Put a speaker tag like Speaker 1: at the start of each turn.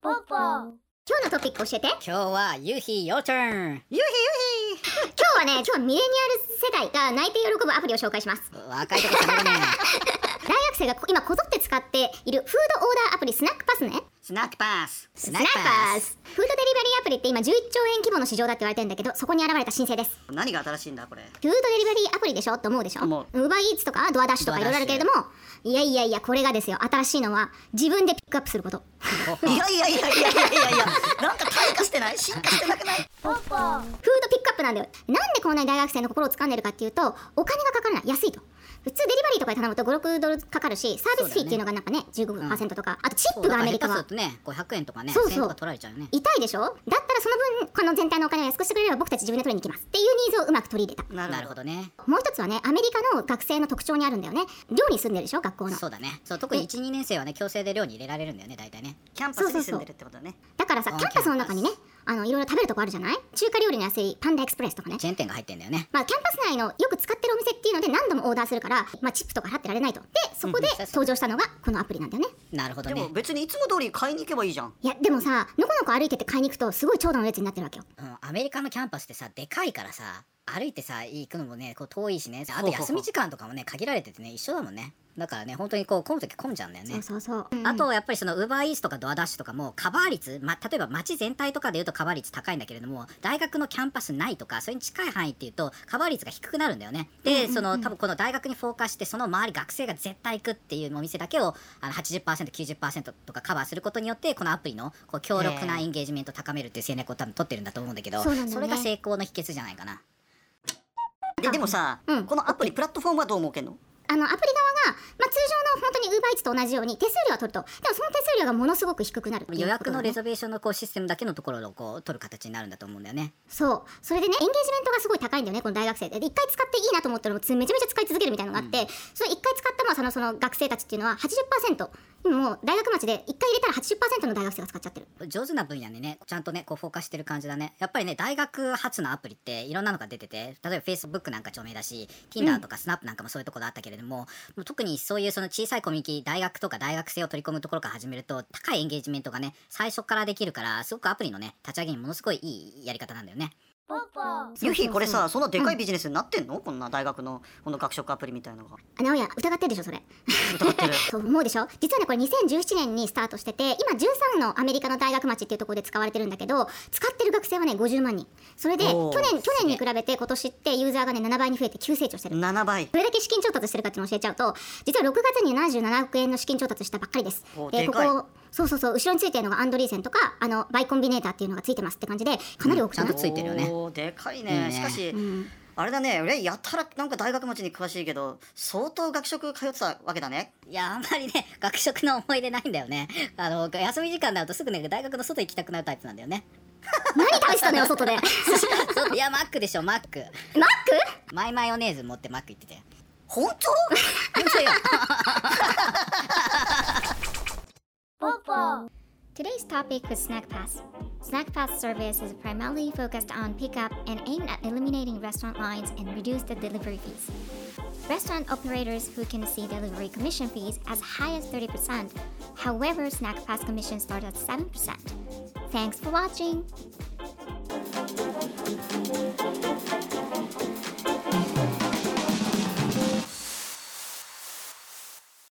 Speaker 1: ポッポ今日のトピック教えて今
Speaker 2: 今日はユヒ your turn ユ
Speaker 1: 日はね今日ミレニアル世代が泣いて喜ぶアプリを紹介します
Speaker 2: ヒ若いとこ食べるね
Speaker 1: 大学生がこ今こぞって使っているフードオーダーアプリスナックパスね
Speaker 2: スナックパス
Speaker 1: スナックパスフードデリバリーアプリって今11兆円規模の市場だって言われてるんだけどそこに現れた新星です
Speaker 2: 何が新しいんだこれ
Speaker 1: フードデリバリーアプリでしょって思うでしょ
Speaker 2: 思
Speaker 1: ウバーイーツとかドアダッシュとかいろいろあるけれどもいやいやいやこれがですよ新しいのは自分でピックアップすること
Speaker 2: いやいやいやいやいやいやいやなんか退化してない進化してなくない
Speaker 1: フードピックアップなんだよなんでこんなに大学生の心を掴んでるかっていうとお金がかからない安いと普通デリバリーとかで頼むと56ドルかかるしサービスフィーっていうのがなんかね15%とかあとチップがアメリカ
Speaker 2: そうだ
Speaker 1: は
Speaker 2: から下手するとね500円とかね
Speaker 1: そうそう
Speaker 2: 1000円とか取られちゃうよね
Speaker 1: 痛いでしょだったらその分この全体のお金を安くしてくれれば僕たち自分で取りに行きますっていうニーズをうまく取り入れた
Speaker 2: なるほどね
Speaker 1: もう一つはねアメリカの学生の特徴にあるんだよね寮に住んでるでしょ学校の
Speaker 2: そうだねそう特に12年生はね強制で寮に入れられるんだよね大体ねキャン
Speaker 1: パスに住んでる
Speaker 2: ってことね
Speaker 1: だからさ
Speaker 2: あ
Speaker 1: キャンパスの中にねあのいろいろ食べるとこあるじゃない中華料理の安いパンダエクスプレスとかね
Speaker 2: チェーン店が入ってんだよね
Speaker 1: まあ、キャンパス内のよく使ってるお店っていうので何度もオーダーするから、まあ、チップとか払ってられないとでそこで
Speaker 2: うんうん
Speaker 1: 登場したのがこのアプリなんだよね
Speaker 2: なるほど
Speaker 3: で
Speaker 2: ね
Speaker 3: も別にいつも通り買いに行けばいいじゃん。
Speaker 1: いやでもさのこのこ歩いてって買いに行くとすごい長蛇の列になってるわけよ
Speaker 2: うんアメリカのキャンパスってさでかいからさ歩いてさ行くのもねこう遠いしねあと休み時間とかもね限られててね一緒だもんねだからね本当にこう混む時混んじゃうんだよね
Speaker 1: そうそうそう、うん
Speaker 2: あとやっぱりそのウーバーイースとかドアダッシュとかもカバー率、ま、例えば街全体とかでいうとカバー率高いんだけれども大学のキャンパス内とかそれに近い範囲っていうとカバー率が低くなるんだよねでその多分この大学にフォーカスしてその周り学生が絶対行くっていうお店だけをあの 80%90% とかカバーすることによってこのアプリのこう強力なエンゲージメントを高めるっていう戦略を多分取ってるんだと思うんだけど
Speaker 1: そうなんだよね
Speaker 2: れが成功の秘訣じゃないかな
Speaker 3: ででもさ、
Speaker 1: うん
Speaker 3: このアプリプラットフォームはどう設けんの
Speaker 1: あのアプリ側が、まあ、通常の本当にウーバーイーツと同じように手数料は取るとでもその手数料がものすごく低くなる
Speaker 2: 予約のレ
Speaker 1: ゾ
Speaker 2: ゾベーションのこうシステムだけのところをこう取る形になるんだと思うんだよね
Speaker 1: そうそれでねエンゲージメントがすごい高いんだよねこの大学生でで一回使っていいなと思ったらもうつめちゃめちゃ使い続けるみたいなのがあって、それ一回使ったまあそのその学生たちっていうのは80%今もう大学町で一回入れたら80%の大学生が使っちゃってる
Speaker 2: 上手な分野にねちゃんとねこうフォーカスしてる感じだねやっぱりね大学発のアプリっていろんなのが出てて例えば Facebook なんか著名だし Tinder とか Snap なんかもそういうところあったけれども、特にそういうその小さいコミュニティ大学とか大学生を取り込むところから始めると高いエンゲージメントがね最初からできるからすごくアプリのね立ち上げにものすごいいいやり方なんだよね
Speaker 1: そう
Speaker 3: ユヒこれ
Speaker 1: そう
Speaker 3: さそんなでかいビジネスになってんの、こんな大学のこの学食アプリみたいのが。
Speaker 1: あ直哉疑ってるでしょそれ
Speaker 3: 疑ってる
Speaker 1: と思うでしょ実はねこれ2017年にスタートしてて今13のアメリカの大学町っていうところで使われてるんだけど使ってる学生はね50万人それで去
Speaker 3: おー
Speaker 1: 年去年に比べて今年ってユーザーがね7倍に増えて急成長してる
Speaker 3: 7倍。
Speaker 1: どれだけ資金調達してるかっていうのを教えちゃうと実は6月に77億円の資金調達したばっかりです
Speaker 3: お
Speaker 1: で
Speaker 3: で
Speaker 1: こ
Speaker 3: かい
Speaker 1: こそうそうそう後ろについてるのがアンドリーセンとかあのバイコンビネーターっていうのがついてますって感じでかなり多く
Speaker 2: ちゃんと
Speaker 1: ない
Speaker 2: ついてるよね
Speaker 3: おーでかい
Speaker 2: いい
Speaker 3: ね
Speaker 2: ね
Speaker 3: しかし、
Speaker 1: ん
Speaker 3: あれだね俺やたらなんか大学町に詳しいけど相当学食通ってたわけだね。
Speaker 2: いやあんまりね 学食の思い出ないんだよねあの休み時間になるとすぐね大学の外行きたくなるタイプなんだよね
Speaker 1: 何食べてたのよ外で マッ
Speaker 2: そういやマックでしょマック
Speaker 1: ク
Speaker 2: マイマヨネーズ持ってマック行ってて
Speaker 3: 本当
Speaker 2: 本当よ
Speaker 4: Today's topic was Snack Pass. Snack Pass service is primarily focused on pickup and aimed at eliminating restaurant lines and reduce the delivery fees. Restaurant operators who can see delivery commission fees as high as 30%. However, Snack Pass commission start at 7%. Thanks for watching.